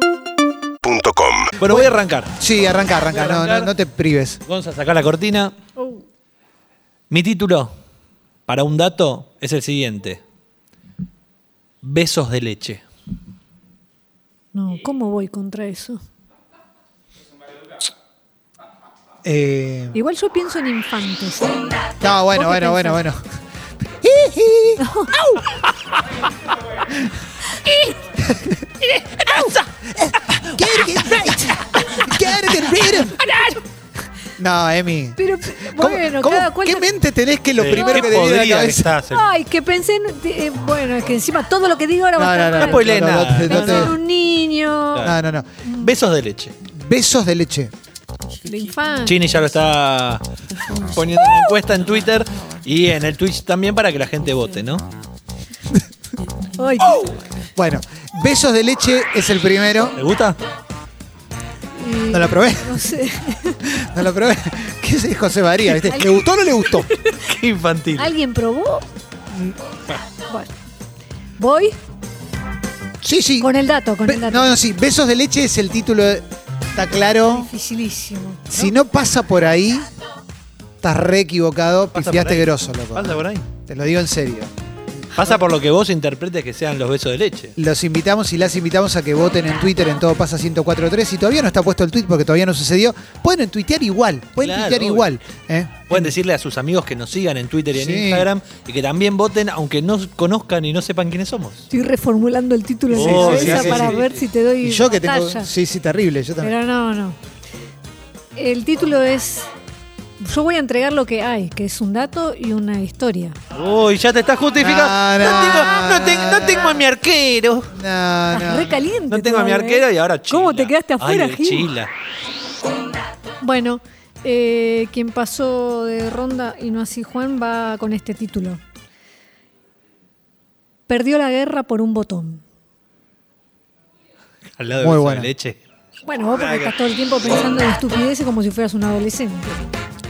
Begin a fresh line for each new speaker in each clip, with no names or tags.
UrbanaPlayFM.com
Bueno, voy a arrancar.
Sí, arranca, arranca.
Voy a
No,
arrancar.
no, no te prives.
Gonza, saca la cortina. Mi título para un dato es el siguiente. Besos de leche.
No, ¿cómo voy contra eso?
Eh,
Igual yo pienso en infantes. ¿eh?
no, bueno,
¿Vos qué
bueno, bueno, bueno.
pensás?
Gotta get right. Gotta get rid of- No, Emi.
Pero,
¿Cómo-
bueno,
cómo-
cada cual.
¿Qué
se-
mente tenés que lo
Eh,
primero
¿qué
que te viene a la
podría
cabeza?
estás?
Ay, que pensé en. eh, bueno, es que encima todo lo que digo ahora va a estar mal.
spoilees nada.
te-
no,
Pensé
te-
en un niño,
no, no, no.
Besos de leche.
Besos de leche.
la infancia.
Chini ya lo está poniendo en encuesta en Twitter y en el Twitch también para que la gente vote, ¿no?
Ay,
¡Oh! Bueno, besos de leche es el primero.
¿Te gusta?
y-
No la probé,
eh, no sé.
no la probé. ¿Qué es José María? viste? ¿Le gustó o no le gustó?
Qué infantil.
¿Alguien probó?
Mm.
Bueno. Voy
Sí, sí.
con el dato, con
Be-
el dato.
No, no, sí. Besos de leche es el título. de- Está claro.
Dificilísimo.
Si no pasa por ahí, estás re equivocado,
Pasa
pifiaste
por ahí.
grosso, loco.
Pasa por ahí.
Te lo digo en serio.
Pasa por lo que vos interpretes que sean los besos de leche.
Los invitamos y las invitamos a que voten en Twitter en Todo Pasa 1043. Si todavía no está puesto el tweet porque todavía no sucedió, pueden tuitear igual. Pueden
Claro,
tuitear
obvio.
igual. ¿eh?
Pueden decirle a sus amigos que nos sigan en Twitter y en
Sí.
Instagram y que también voten aunque no conozcan y no sepan quiénes somos.
Estoy reformulando el título en
Sí,
la
sí,
cabeza
sí, sí,
para
sí,
ver
sí.
si te doy.
Y yo que tengo.
batalla.
Sí, sí, terrible. Yo también.
Pero no, no. El título es. Yo voy a entregar lo que hay, que es un dato y una historia.
Uy, ya te estás justificando.
No, Ah, no,
No, tengo, no, te- no tengo a mi arquero.
No,
Estás
Ah, no.
re caliente.
No tengo a mi
todavía,
arquero
¿eh?
y ahora chila.
¿Cómo te quedaste afuera,
Ay,
Gil?
chila.
Bueno, eh, quien pasó de ronda y no así Juan va con este título. Perdió la guerra por un botón.
Al lado de
Muy
besos
buena.
de leche.
Bueno, vos
Ah,
porque estás todo el tiempo pensando en estupideces como si fueras un adolescente.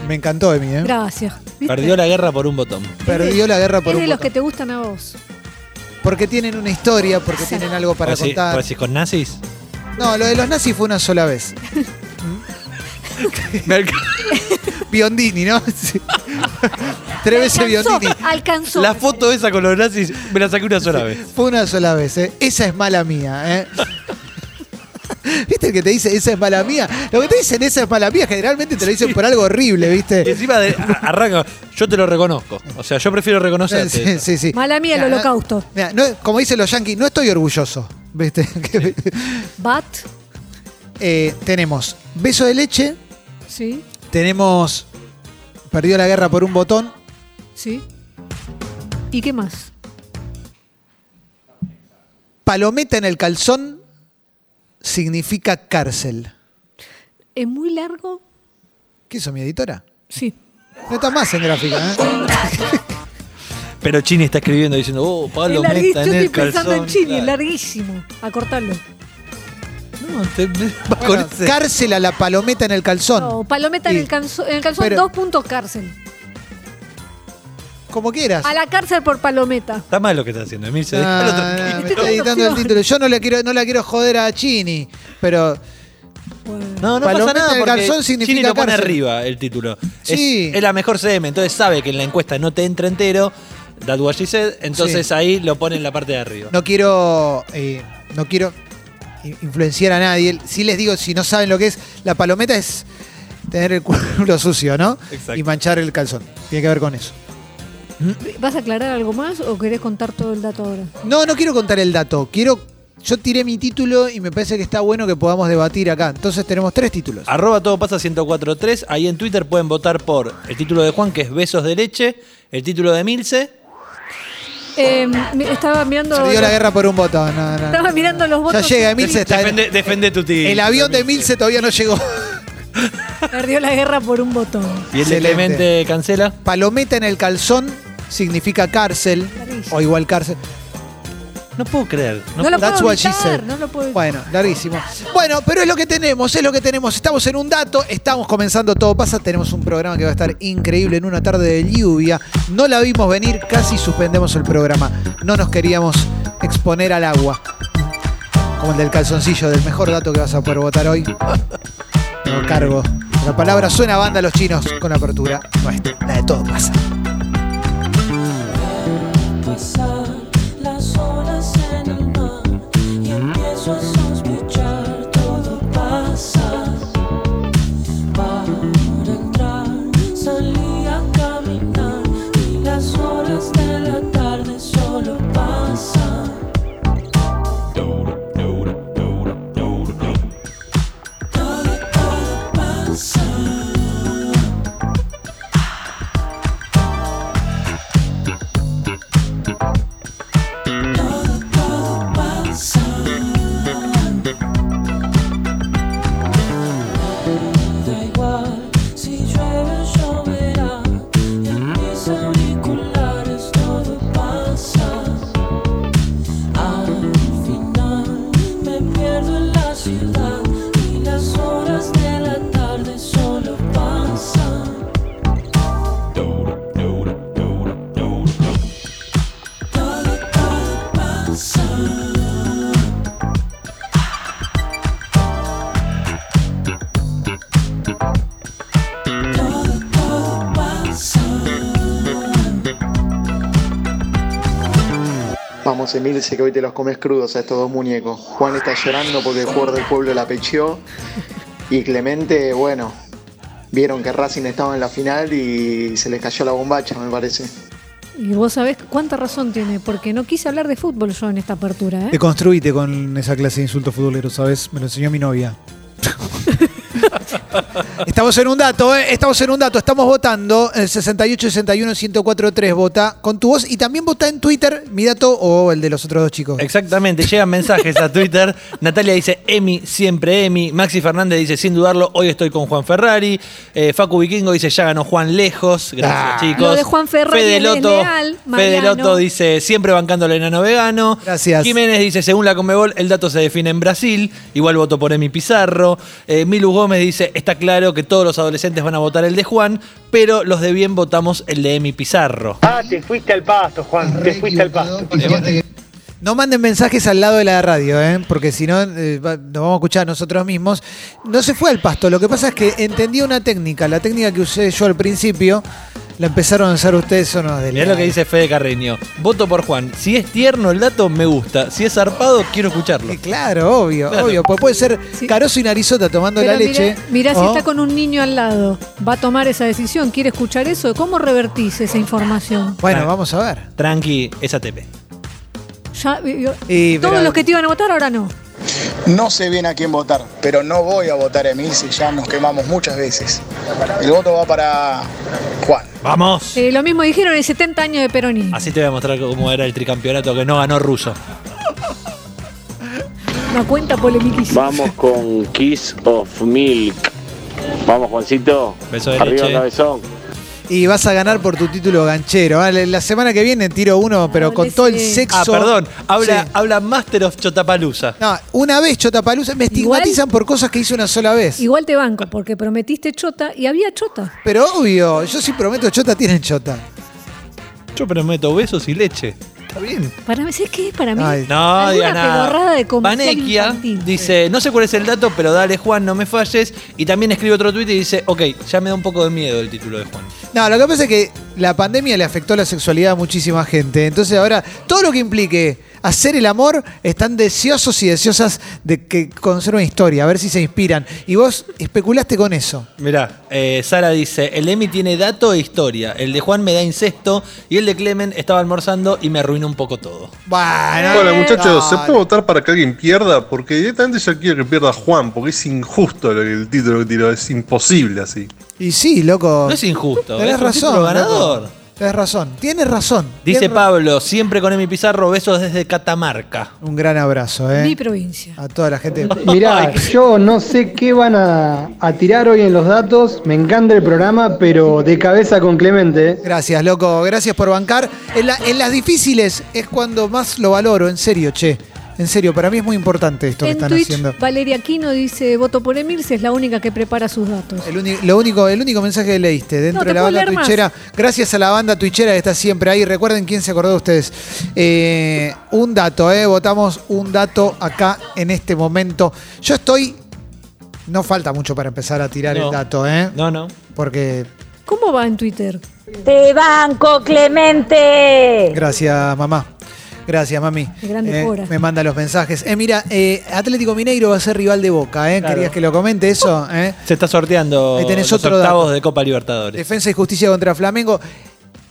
Me encantó, Emi. ¿eh?
Gracias. ¿viste?
Perdió la guerra por un botón.
Perdió la guerra por
Es
un
de los que
botón.
te gustan a vos.
Porque tienen una historia, porque
Exacto.
tienen algo para
¿Vos decís-
contar.
vos decís con nazis?
No, lo de los nazis fue una sola vez. Biondini, ¿no? Sí. Tres veces
alcanzó,
Biondini.
alcanzó.
La foto esa con los nazis me la saqué una sola vez.
Fue una sola vez, ¿eh? Esa es mala mía, ¿eh? ¿Viste el que te dice esa es mala mía? Lo que te dicen esa es mala mía generalmente te lo dicen por algo horrible,
Y
¿viste?
encima de, a- arranca, yo te lo reconozco. O sea, yo prefiero reconocerte.
Sí, sí, sí.
Mala mía el
Mirá, no-
holocausto.
mirá, no- como dicen los yanquis, no estoy orgulloso, ¿viste? Que-
Bat,
Eh, tenemos beso de leche,
sí,
tenemos perdió la guerra por un botón,
sí. ¿Y qué más?
Palometa en el calzón significa cárcel.
¿Es muy largo?
¿Qué hizo mi editora?
Sí.
No está más en gráfica, ¿eh?
Pero Chini está escribiendo diciendo, oh,
es
Pablo,
larguísimo.
meta
Yo
en
estoy
el
pensando
calzón.
en Chile,
Claro.
larguísimo. Acortarlo.
No, te, vas
Bueno,
con ese.
cárcel a la palometa en el calzón.
No, palometa
Y-
en el calzón, en el calzón
pero-
dos puntos cárcel.
Como quieras.
A la cárcel por palometa.
Está mal lo que está haciendo, Emilce.
No,
déjalo
no,
tranquilo.
Ah, me
Estoy
está
dando
editando el
opciones.
título. Yo no la quiero, no la quiero joder a Chini, pero
Bueno,
No, no
Palometa
pasa nada
del
porque
Garzón significa
Chini lo pone
cárcel.
arriba el título. Es-
Sí.
Es, la mejor CM, entonces sabe que en la encuesta no te entra entero. That what she said, entonces
Sí.
ahí lo pone en la parte de arriba.
no quiero, eh, no quiero i- influenciar a nadie. Sí les digo, si no saben lo que es, la palometa es tener el culo sucio, ¿no?
Exacto.
Y manchar el calzón. Tiene que ver con eso.
¿Vas a aclarar algo más o querés contar todo el dato ahora?
No, no quiero contar el dato. Quiero. Yo tiré mi título y me parece que está bueno que podamos debatir acá. Entonces tenemos tres títulos.
Ah,
Arroba todo pasa 1043. Ahí en Twitter pueden votar por el título de Juan, que es Besos de Leche, el título de Emilce.
Eh, mi- estaba mirando.
Perdió la guerra por un botón. No, no.
Estaba mirando los
Ya
votos.
llega Emilce. Está
Defende, defende tu título.
el avión de Emilce todavía no llegó.
Perdió la guerra por un botón.
Y el de
Excelente.
Clemente cancela.
Palometa en el calzón significa cárcel.
Clarísimo.
O igual cárcel.
No puedo creer.
No,
No
lo
That's
puedo
what she
evitar,
said.
no lo puedo
Bueno, larguísimo. Bueno, pero es lo que tenemos, es lo que tenemos. Estamos en un dato, estamos comenzando todo pasa. Tenemos un programa que va a estar increíble en una tarde de lluvia. No la vimos venir, casi suspendemos el programa. No nos queríamos exponer al agua. como el del calzoncillo, del mejor dato que vas a poder votar hoy. Lo cargo. La palabra suena a banda a los chinos con la apertura nuestra, la de todo pasa.
pasar las olas en el mar y empiezo a sospechar todo pasa para entrar salí a caminar y las horas de la tarde solo pasan todo todo pasa todo pasa. Da igual si llueve o lloverá, en mis auriculares todo pasa. Al final me pierdo en la ciudad y las horas de la tarde solo pasan. Todo, todo pasa. Todo, todo pasa.
Vamos, Emilce, que hoy te los comes crudos a estos dos muñecos. Juan está llorando porque el jugador del pueblo la pecheó. Y Clemente, bueno, vieron que Racing estaba en la final y se les cayó la bombacha, me parece.
Y vos sabés cuánta razón tiene, porque no quise hablar de fútbol yo en esta apertura.
Te
¿eh?
construiste con esa clase de insultos futboleros, ¿sabes? Me lo enseñó mi novia. estamos en un dato, ¿eh? Estamos en un dato. Estamos votando el 68-61-1043. Vota con tu voz y también vota en Twitter mi dato o el de los otros dos chicos.
Exactamente, llegan mensajes a Twitter. Natalia dice Emi, siempre Emi. Maxi Fernández dice, sin dudarlo, hoy estoy con Juan Ferrari. Eh, Facu Vikingo dice, ya ganó Juan lejos. Gracias,
Ah.
chicos.
Lo de Juan Ferrari
Fede
es
Loto,
leal,
Fede
Mariano.
Loto dice, siempre bancando al enano vegano.
Gracias.
Jiménez dice, según la Comebol, el dato se define en Brasil. Igual voto por Emi Pizarro. Eh, Milu Gómez dice, está claro que todos los adolescentes van a votar el de Juan, pero los de bien votamos el de Emi Pizarro.
Ah, te fuiste al pasto, Juan, te fuiste al pasto.
No manden mensajes al lado de la radio, ¿eh? porque si no eh, va- nos vamos a escuchar nosotros mismos. No se fue al pasto, lo que pasa es que entendí una técnica, la técnica que usé yo al principio, la empezaron a usar ustedes, son unos
Mirá lo que dice Fede Carreño. Voto por Juan. Si es tierno el dato, me gusta. Si es zarpado, quiero escucharlo.
Eh, Claro, obvio,
Claro.
obvio. Porque puede ser
Sí.
Caroso y Narizota tomando
Pero
la leche. Oh.
Mirá, mirá si
o-
está con un niño al lado, va a tomar esa decisión, quiere escuchar eso, ¿cómo revertís esa información?
Bueno,
Ah.
vamos a ver.
Tranqui, es ATP.
Ya, yo-
Y,
todos
pero-
los que te iban a votar ahora no.
No sé bien a quién votar, pero no voy a votar a Emilce, ya nos quemamos muchas veces. El voto va para Juan.
¡Vamos!
Eh, lo mismo dijeron en 70 años de peronismo.
Así te voy a mostrar cómo era el tricampeonato que no ganó Russo.
Una cuenta polemiquísima.
Vamos con Kiss of Milk. Vamos, Juancito.
Beso de
Arriba,
leche.
cabezón.
y vas a ganar por tu título ganchero. Vale, la semana que viene tiro uno, pero con todo el
sí.
sexo.
Ah, perdón. Habla,
Sí.
habla Master of Chotapalusa.
No, una vez Chotapalusa, me
Igual-
estigmatizan por cosas que hice una sola vez.
Igual te banco, porque prometiste chota y había chota.
Pero obvio, yo sí prometo Chota, tienen Chota.
Yo prometo besos y leche.
Está bien.
Para mí, ¿sabes qué? Para mí,
Ay.
No,
alguna
diga nada.
pedorrada de comercial
Vanequia
infantil.
dice, no sé cuál es el dato, pero dale Juan, no me falles. Y también escribe otro tuit y dice, ok, ya me da un poco de miedo el título de Juan.
No, lo que pasa es que la pandemia le afectó la sexualidad a muchísima gente. Entonces ahora todo lo que implique hacer el amor están deseosos y deseosas de que conocer una historia, a ver si se inspiran. Y vos especulaste con eso.
Mirá, eh, Sara dice, el de Emi tiene dato e historia, el de Juan me da incesto y el de Clemen estaba almorzando y me arruinó un poco todo.
Bueno, eh,
Hola muchachos, ¿se
no,
puede votar para que alguien pierda? Porque directamente yo quiero que pierda Juan, porque es injusto lo que- el título que tiró, es imposible así.
Y sí, loco.
No es ¿eh? injusto,
Tenés
es un título
razón.
ganador.
loco. Tenés razón. Tienes razón.
Dice
Tienes
Pablo, siempre con Emi Pizarro, besos desde Catamarca.
ra- Un gran abrazo, ¿eh?
Mi provincia.
A toda la gente.
Mirá, yo no sé qué van a, a tirar hoy en los datos. Me encanta el programa, pero de cabeza con Clemente. ¿eh?
Gracias, loco. Gracias por bancar. En, la- en las difíciles es cuando más lo valoro, en serio, che. En serio, para mí es muy importante esto que
En
están
Twitch,
haciendo.
Valeria Aquino dice, voto por Emilce, es la única que prepara sus datos.
El uni- lo único, el único mensaje que leíste dentro
No, te
de la
puedo
banda
leer más.
twitchera, gracias a la banda twitchera que está siempre ahí, recuerden quién se acordó de ustedes. Eh, un dato, eh, votamos un dato acá en este momento. Yo estoy, no falta mucho para empezar a tirar
No.
el dato, eh,
No, no.
porque
¿Cómo va en Twitter?
Te banco, Clemente.
Gracias, mamá. Gracias, mami.
Qué grande
Eh,
Cora.
me manda los mensajes. Eh, mira, eh, Atlético Mineiro va a ser rival de Boca, ¿eh?
Claro.
Querías que lo comente eso, ¿eh?
Se está sorteando
Ahí tenés
los
otro
octavos
dato.
de Copa Libertadores.
Defensa y Justicia contra Flamengo.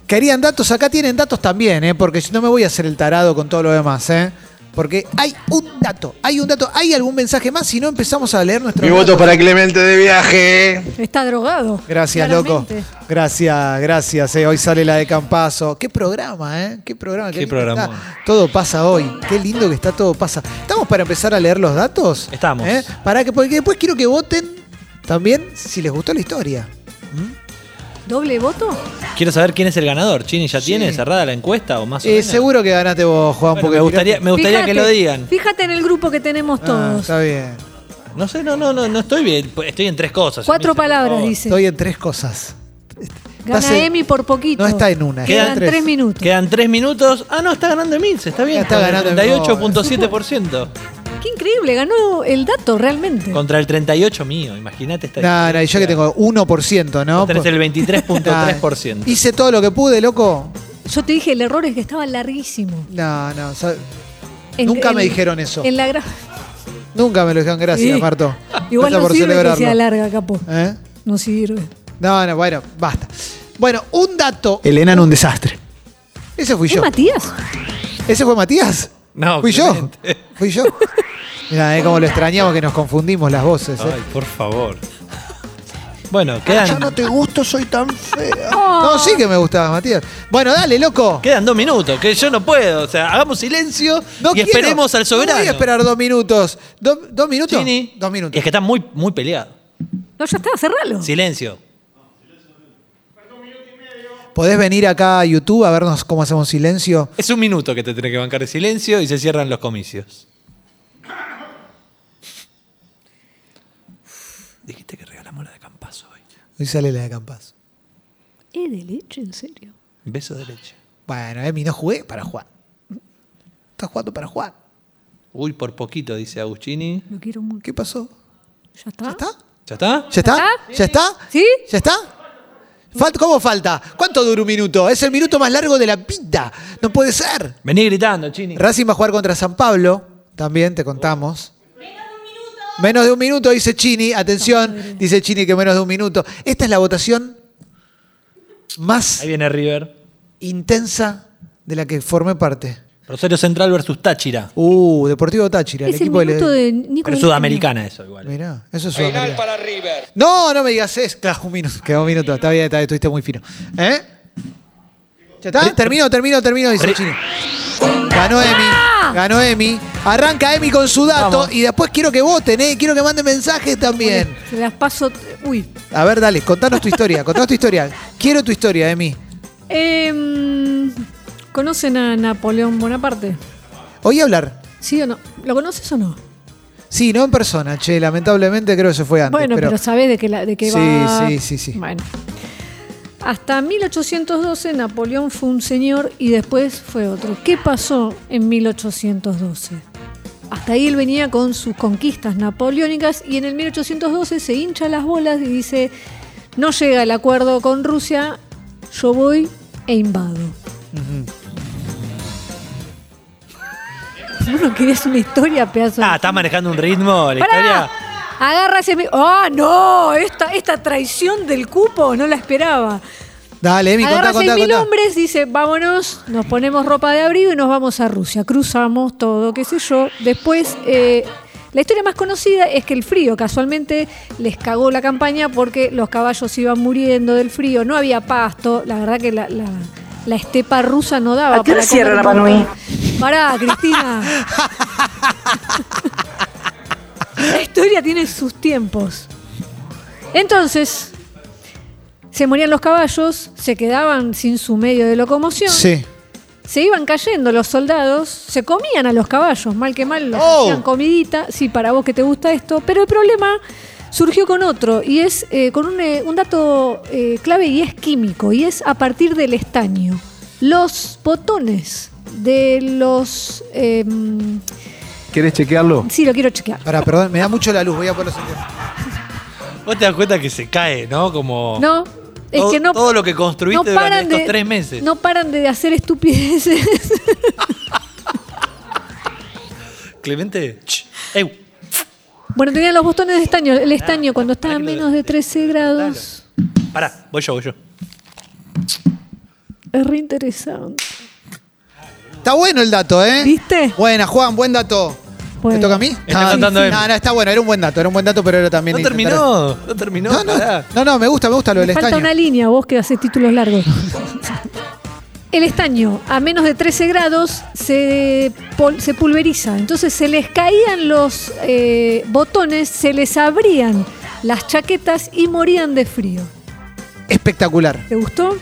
Querían datos, acá tienen datos también, ¿eh? Porque yo no me voy a hacer el tarado con todo lo demás, ¿eh? Porque hay un dato, hay un dato, hay algún mensaje más, si no empezamos a leer nuestro...
Mi
dato.
voto para Clemente de viaje.
Está drogado.
Gracias,
claramente.
loco. Gracias, gracias. eh. Hoy sale la de Campazo. Qué programa, ¿eh? Qué programa.
Qué
lindo
programa.
está. Todo pasa hoy. Qué lindo que está todo pasa. ¿Estamos para empezar a leer los datos?
Estamos.
¿Eh? Para que, porque después quiero que voten también si les gustó la historia.
¿Doble voto?
Quiero saber quién es el ganador. Chini, ¿ya tiene cerrada la encuesta o más o
Eh,
menos?
seguro que ganaste vos, Juan.
Bueno,
porque
me gustaría, me gustaría que
Fíjate,
lo digan.
Fíjate en el grupo que tenemos
Ah,
todos.
está bien.
No sé, no, no, no, no estoy bien. Estoy en tres cosas.
Cuatro
Emilce, por
palabras,
favor.
dice.
Estoy en tres cosas.
Gana
Estás en-
Emi por poquito.
No está en una, está
Quedan
en
tres.
tres.
minutos.
Quedan tres minutos. Ah, no, está ganando Emilce, está bien.
Ya está ganando Emilce.
38.7%.
Qué increíble, ganó el dato realmente.
Contra el 38 mío, imagínate. esta
No, no, y yo que tengo 1%, ¿no? pues.
Vos tenés el 23.3%.
Ah, Hice todo lo que pude, loco.
Yo te dije, el error es que estaba larguísimo.
No, no. sabe-
En-
Nunca me
en-
dijeron eso.
En la gra-
Nunca me lo dijeron. Gracias,
Sí.
Marto. Gracias
Igual no
por
sirve que
celebrarlo.
sea larga, capo.
¿Eh?
No sirve.
No, no, bueno, basta. Bueno, un dato.
Elena en un desastre.
Ese fui
¿Es
yo.
Matías?
¿Ese fue Matías?
No,
Fui yo.
Clemente.
Fui yo. Mirá, eh, como lo extrañamos que nos confundimos las voces. eh.
Ay, por favor.
Ah,
Bueno, quedan,
no te gusto, soy tan fea.
No, sí que me gustaba, Matías. Bueno, dale, loco.
quedan dos minutos, que yo no puedo. O sea, hagamos silencio
No
y
quiero.
esperemos al soberano.
No voy a esperar dos minutos. Do- ¿Dos minutos?
Chini.
Dos
Y
minutos.
es que están muy, muy peleados.
No, ya está, cerralo.
Silencio.
¿Podés venir acá a YouTube a vernos cómo hacemos silencio?
Es un minuto que te tiene que bancar de silencio y se cierran los comicios. Dijiste que regalamos la de Campazo hoy.
Hoy sale la de Campas.
¿Es de leche, en serio?
Beso de leche.
Bueno, Emi, no jugué para jugar. Estás jugando para jugar.
Uy, por poquito, dice Agustini.
Lo quiero mucho.
¿Qué pasó?
¿Ya está?
¿Está?
¿Ya está?
¿Ya está? ¿Ya está?
¿Sí?
¿Ya está? Falta- ¿Cómo falta? ¿Cuánto dura un minuto? Es el minuto más largo de la vida. No puede ser.
Vení gritando, Chini.
Racing va a jugar contra San Pablo. También te contamos. Menos de un minuto, dice Chini. Atención, dice Chini que menos de un minuto. Esta es la votación más
Ahí viene River.
intensa de la que formé parte.
Rosario Central versus Táchira.
Uh, Deportivo Táchira.
Es el
equipo
minuto
del-
de Nico.
Pero
Nicolini.
sudamericana eso igual.
Mirá, eso es Final para River. No, no me digas eso. Claro, un minuto. Quedó un minuto. Está bien, está bien, estuviste muy fino. ¿Eh? ¿Ya está? Termino, termino, termino, dice
Re-
Chini. Ganó Emi. Ganó Emi. Arranca Emi con su dato
Vamos.
y después quiero que voten, ¿eh? Quiero que manden mensajes también.
Se las paso. Uy.
A ver, dale, contanos tu historia, contanos tu historia. Quiero tu historia, Emi.
Em, ¿Conocen a Napoleón Bonaparte?
Oí hablar.
¿Sí o no? ¿Lo conoces o no?
Sí, no en persona, che, lamentablemente creo que se fue antes.
bueno, pero, sabés de qué, la- de qué
Sí,
va.
sí, sí, sí.
Bueno. Hasta 1812 Napoleón fue un señor y después fue otro. ¿Qué pasó en 1812? Hasta ahí él venía con sus conquistas napoleónicas y en el 1812 se hincha las bolas y dice, no llega el acuerdo con Rusia, yo voy e invado. Vos no querías una historia, pedazo. de
Ah, está manejando un ritmo la
¡Pará!
historia.
Agarra ese mi- ¡Ah, no! Esta, esta traición del cupo no la esperaba.
Dale, Emi, contá,
Agarra
contá,
6.000
contá.
hombres, dice, vámonos, nos ponemos ropa de abrigo y nos vamos a Rusia. Cruzamos todo, qué sé yo. Después, eh, la historia más conocida es que el frío casualmente les cagó la campaña porque los caballos iban muriendo del frío, no había pasto, la verdad que la... la- la estepa rusa no daba.
¿A qué hora
para comer
cierra
un
Rapa Nui?
montón. Pará, Cristina. La historia tiene sus tiempos. Entonces, se morían los caballos, se quedaban sin su medio de locomoción.
Sí.
se iban cayendo los soldados, se comían a los caballos, mal que mal, les
Oh.
hacían comidita, sí, para vos que te gusta esto, pero el problema surgió con otro, y es eh, con un, eh, un dato eh, clave y es químico, y es a partir del estaño. Los botones de los... eh,
¿Querés chequearlo?
sí, lo quiero chequear.
Pará, perdón, me da mucho la luz, voy a ponerlo en-
Vos te das cuenta que se cae, ¿no? Como.
No, es
todo,
que no...
todo lo que construiste
no
durante
paran
estos
de-
tres meses.
No paran de hacer estupideces.
Clemente. ch, eu.
Bueno, tenían los botones de estaño. El
Ah,
estaño, cuando está a menos de 13 grados,
Pará, voy yo, voy yo.
es re interesante.
Está bueno el dato, ¿eh?
¿Viste?
Buena, Juan, buen dato. ¿Te toca a mí? Ah,
Está cantando él.
no, no, está bueno, era un buen dato, era un buen dato, pero era también.
No
intentar-
terminó, no terminó.
No, no,
pará.
no, no, me gusta, me gusta lo del
Me falta
estaño.
una línea, vos que haces títulos largos. El estaño, a menos de 13 grados, se, pol- se pulveriza. Entonces se les caían los eh, botones, se les abrían las chaquetas y morían de frío.
Espectacular.
¿Te gustó?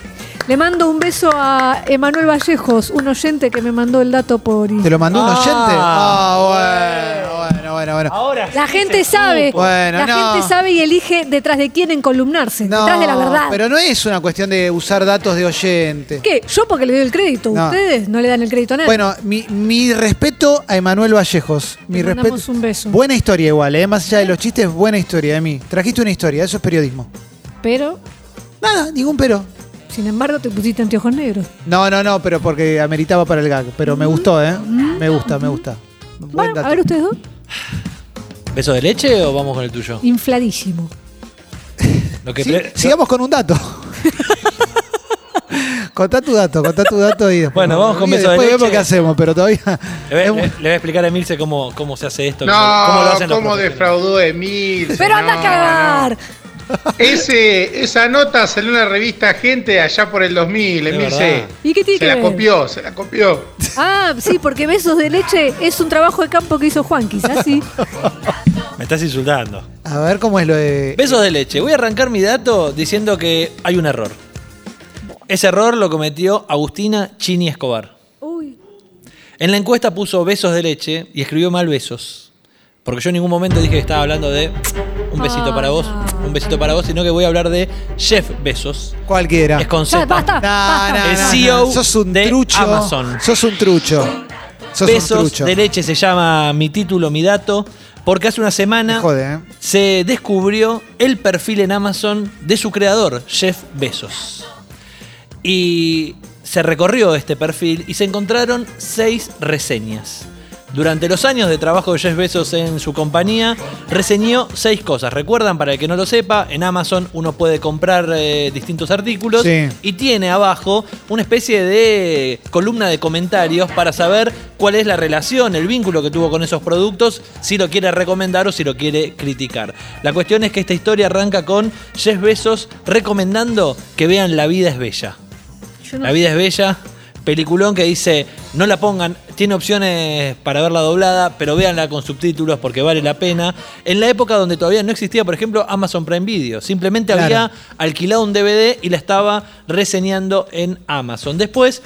Le mando un beso a Emanuel Vallejos, un oyente que me mandó el dato por
¿Te lo
Instagram.
mandó un
Ah,
oyente? Ah, bueno, bueno, bueno, bueno.
Ahora
La gente sabe,
Bueno,
la
no.
gente sabe y elige detrás de quién encolumnarse, detrás de la verdad.
Pero no es una cuestión de usar datos de oyente.
¿Qué? Yo porque le doy el crédito,
No.
ustedes no le dan el crédito a nadie.
Bueno, mi, mi respeto a Emanuel Vallejos. Mi
le
respeto.
mandamos un beso.
Buena historia igual, ¿eh? más allá de los chistes, buena historia de mí. Trajiste una historia, eso es periodismo.
Pero,
Nada, ningún pero.
sin embargo, te pusiste anteojos negros.
No, no, no, pero porque ameritaba para el gag. Pero me gustó, ¿eh? Me gusta, me gusta. Buen
Bueno, a ver ustedes dos.
¿Beso de leche o vamos con el tuyo?
Infladísimo.
Lo que
Sí,
pre-
sigamos con un dato. contá tu dato, contá tu dato y después.
Bueno, vamos con
y
beso de Eh,
después
leche.
vemos qué hacemos, pero todavía.
le, voy, a- le- le voy a explicar a Emilce cómo, cómo se hace esto. cómo, cómo lo
No,
hacen los
cómo
profes.
defraudó Emil.
Pero anda
No,
a cagar.
no. Ese, esa nota salió en la revista Gente allá por el 2000, Emil
verdad.
se,
¿Y qué
se
tiene que
la
ver?
copió, se la copió.
Ah, sí, porque besos de leche es un trabajo de campo que hizo Juan, quizás sí.
Me estás insultando.
A ver cómo es lo de.
Besos de leche. Voy a arrancar mi dato diciendo que hay un error. Ese error lo cometió Agustina Chini Escobar.
Uy.
En la encuesta puso besos de leche y escribió mal besos. Porque yo en ningún momento dije que estaba hablando de un besito para vos, un besito para vos, sino que voy a hablar de Jeff Besos.
Cualquiera.
Es con Z. El CEO
Sos un
de
trucho.
Amazon.
Sos un trucho. Sos un
Besos
trucho.
de leche se llama mi título, mi dato, porque hace una semana
Jode, ¿eh?
se descubrió el perfil en Amazon de su creador, Jeff Bezos. Y se recorrió este perfil y se encontraron seis reseñas. Durante los años de trabajo de Jeff Bezos en su compañía, reseñó seis cosas. Recuerdan, para el que no lo sepa, en Amazon uno puede comprar eh, distintos artículos
Sí.
y tiene abajo una especie de columna de comentarios para saber cuál es la relación, el vínculo que tuvo con esos productos, si lo quiere recomendar o si lo quiere criticar. La cuestión es que esta historia arranca con Jeff Bezos recomendando que vean La vida es bella.
Yo no-
La vida es bella, peliculón que dice, no la pongan, tiene opciones para verla doblada, pero véanla con subtítulos porque vale la pena. En la época donde todavía no existía, por ejemplo, Amazon Prime Video, simplemente
Claro.
había alquilado un DVD y la estaba reseñando en Amazon. Después,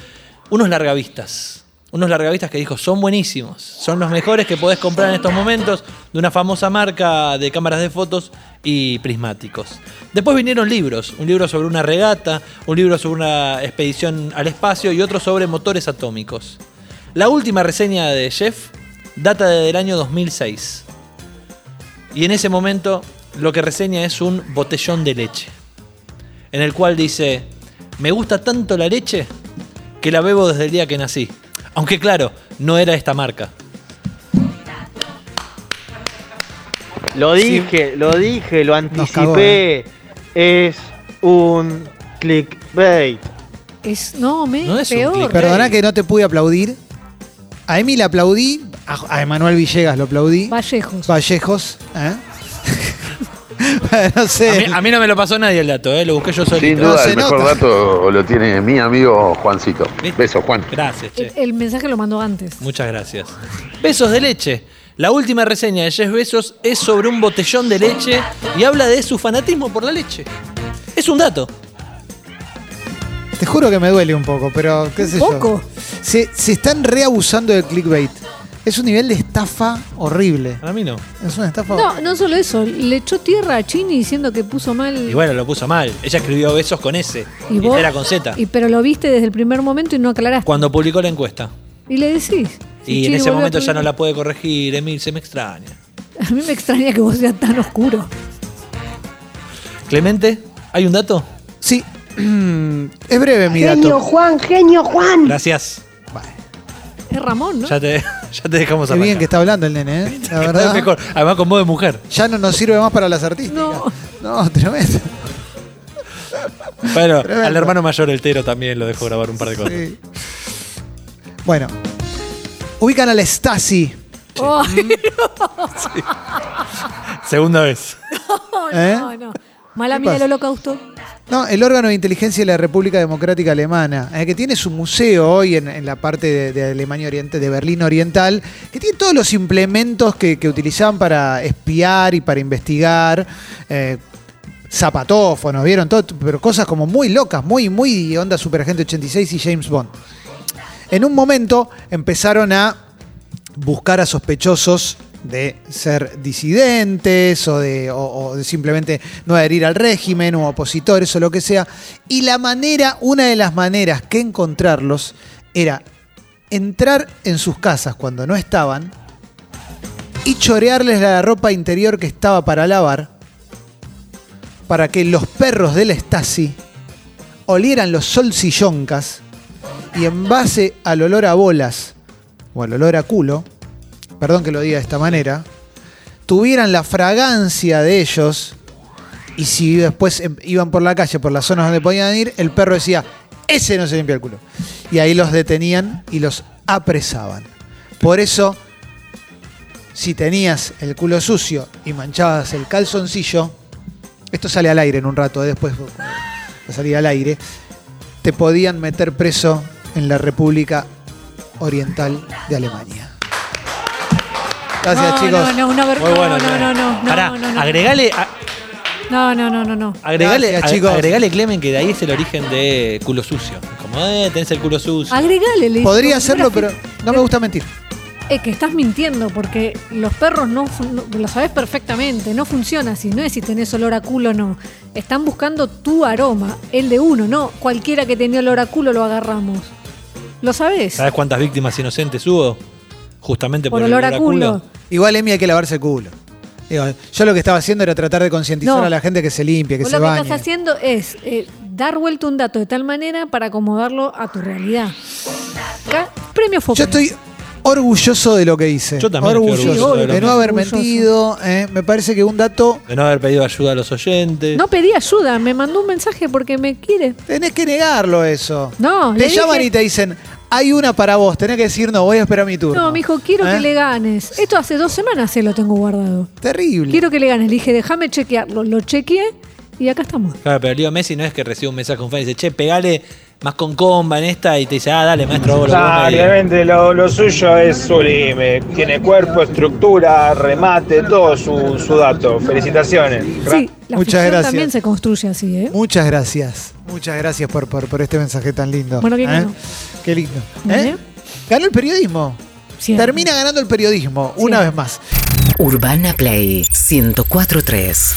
unos largavistas. Unos largavistas que dijo, son buenísimos, son los mejores que podés comprar en estos momentos de una famosa marca de cámaras de fotos y prismáticos. Después vinieron libros, un libro sobre una regata, un libro sobre una expedición al espacio y otro sobre motores atómicos. La última reseña de Jeff data del año 2006. Y en ese momento lo que reseña es un botellón de leche. En el cual dice, me gusta tanto la leche que la bebo desde el día que nací. Aunque claro, no era esta marca.
Lo dije, lo dije, lo anticipé.
cagó,
Es un clickbait.
Es, no, me peor.
Perdona que no te pude aplaudir. A Emi le aplaudí, a, a Emanuel Villegas lo aplaudí.
Vallejos.
Vallejos, ¿eh? no
A
sé.
mí, a mí no me lo pasó nadie el dato, ¿eh? lo busqué yo solito.
Sin duda, el mejor dato lo tiene mi amigo Juancito. Besos, Juan.
Gracias, che.
El, el mensaje lo mandó antes.
Muchas gracias. Besos de leche. La última reseña de Jeff Besos es sobre un botellón de leche y habla de su fanatismo por la leche. Es un dato.
Te juro que me duele un poco, pero qué sé yo.
poco?
Se, se están reabusando del clickbait. Es un nivel de estafa horrible.
Para mí no.
Es una estafa
No, no solo eso, le echó tierra a Chini diciendo que puso mal.
Y bueno, lo puso mal. Ella escribió besos con S.
¿Y
Y
vos?
era con Z.
Y pero lo viste desde el primer momento y no aclaraste.
Cuando publicó la encuesta.
Y le decís.
Y en
Chini
ese
volvió a
momento ya no
publicar.
la puede corregir, Emil, se me extraña.
A mí me extraña que vos seas tan oscuro.
Clemente, ¿hay un dato?
Sí. es breve mi
Genio
dato.
Juan, genio Juan.
Gracias.
Es Ramón, Mm. ¿no?
Ya te, ya te dejamos
Qué
arrancar.
bien que está hablando el nene, ¿eh? La
Es
verdad.
mejor. Además con voz de mujer.
Ya no nos sirve más para las artistas.
No.
No, tremendo.
Bueno,
Tremendo.
al hermano mayor el Tero también lo dejó grabar un par de cosas.
Sí. Bueno. Ubican al Stasi.
Ay,
Segunda vez.
no,
¿Eh?
no, no. Mala
¿Qué
mía del
pasa?
holocausto.
No, el órgano de inteligencia de la República Democrática Alemana, eh, que tiene su museo hoy en, en la parte de, de Alemania Oriente, de Berlín Oriental, que tiene todos los implementos que, que utilizaban para espiar y para investigar. eh, zapatófonos, ¿vieron? Todo, pero cosas como muy locas, muy, muy onda Superagente 86 y James Bond. En un momento empezaron a buscar a sospechosos de ser disidentes o de, o- o de simplemente no adherir al régimen o opositores o lo que sea. Y la manera, una de las maneras que encontrarlos era entrar en sus casas cuando no estaban y chorearles la ropa interior que estaba para lavar para que los perros del Stasi olieran los solsilloncas y en base al olor a bolas o al olor a culo, perdón que lo diga de esta manera, tuvieran la fragancia de ellos y si después em, iban por la calle, por las zonas donde podían ir, el perro decía, ese no se limpia el culo. Y ahí los detenían y los apresaban. Por eso, si tenías el culo sucio y manchabas el calzoncillo, esto sale al aire en un rato, ¿eh? después va a salir al aire, te podían meter preso en la República Oriental de Alemania. Gracias,
no,
chicos.
No, no, una ver-
Muy bueno.
no,
Clemen.
no, no, no, no,
Pará,
no, no, no.
agregale, a-
No, no, no, no, no.
agregale,
Gracias,
a-
chicos.
agregale, Clemen, que de ahí es el origen de culo sucio. Como, eh, tenés el culo sucio.
Agregale, le digo,
Podría hacerlo, pero
gráfico.
no me gusta mentir.
Es Eh, que estás mintiendo porque los perros no, fun- no- lo sabes perfectamente, no funciona así, no es si tenés olor a culo o no. Están buscando tu aroma, el de uno, no cualquiera que tenía olor a culo lo agarramos. ¿Lo sabés?
¿Sabes cuántas víctimas inocentes hubo? Justamente por,
Por
el
olor a culo.
Igual, Emi, hay que lavarse el culo. Digo, yo lo que estaba haciendo era tratar de concientizar
No.
a la gente que se limpie, que
Vos
se
lo que
bañe.
estás haciendo es eh, dar vuelta un dato de tal manera para acomodarlo a tu realidad. Acá, premio Fox.
Yo estoy orgulloso de lo que hice.
Yo también estoy
orgulloso,
orgulloso de
de,
lo
no
mío.
haber
Orgulloso.
mentido. eh, me parece que un dato
De no haber pedido ayuda a los oyentes.
No pedí ayuda, me mandó un mensaje porque me quiere.
tenés que negarlo eso.
No,
te
le
llaman
dije-
y te dicen, hay una para vos, tenés que decir, no, voy a esperar mi turno.
No, me dijo, quiero
¿Eh?
que le ganes. Esto hace dos semanas se lo tengo guardado.
Terrible.
Quiero que le ganes. Le dije, déjame chequearlo. Lo chequeé y acá estamos.
Claro, pero Leo Messi no es que recibe un mensaje un fan y dice, che, pegale más con comba en esta y te dice, ah, dale, maestro, vos lo
Ah,
vos, Mario".
obviamente lo, lo suyo es sublime. Tiene cuerpo, estructura, remate, todo su, su dato. Felicitaciones.
Sí, la
Muchas
ficción
gracias.
también se construye así, ¿eh?
Muchas gracias. Muchas gracias por, por, por este mensaje tan lindo.
Bueno, ¿qué
¿eh?
ganó?
Qué lindo.
¿Gané?
¿Eh? Ganó el periodismo.
Siempre.
Termina ganando el periodismo, una
Siempre.
vez más.
Urbana Play 1043.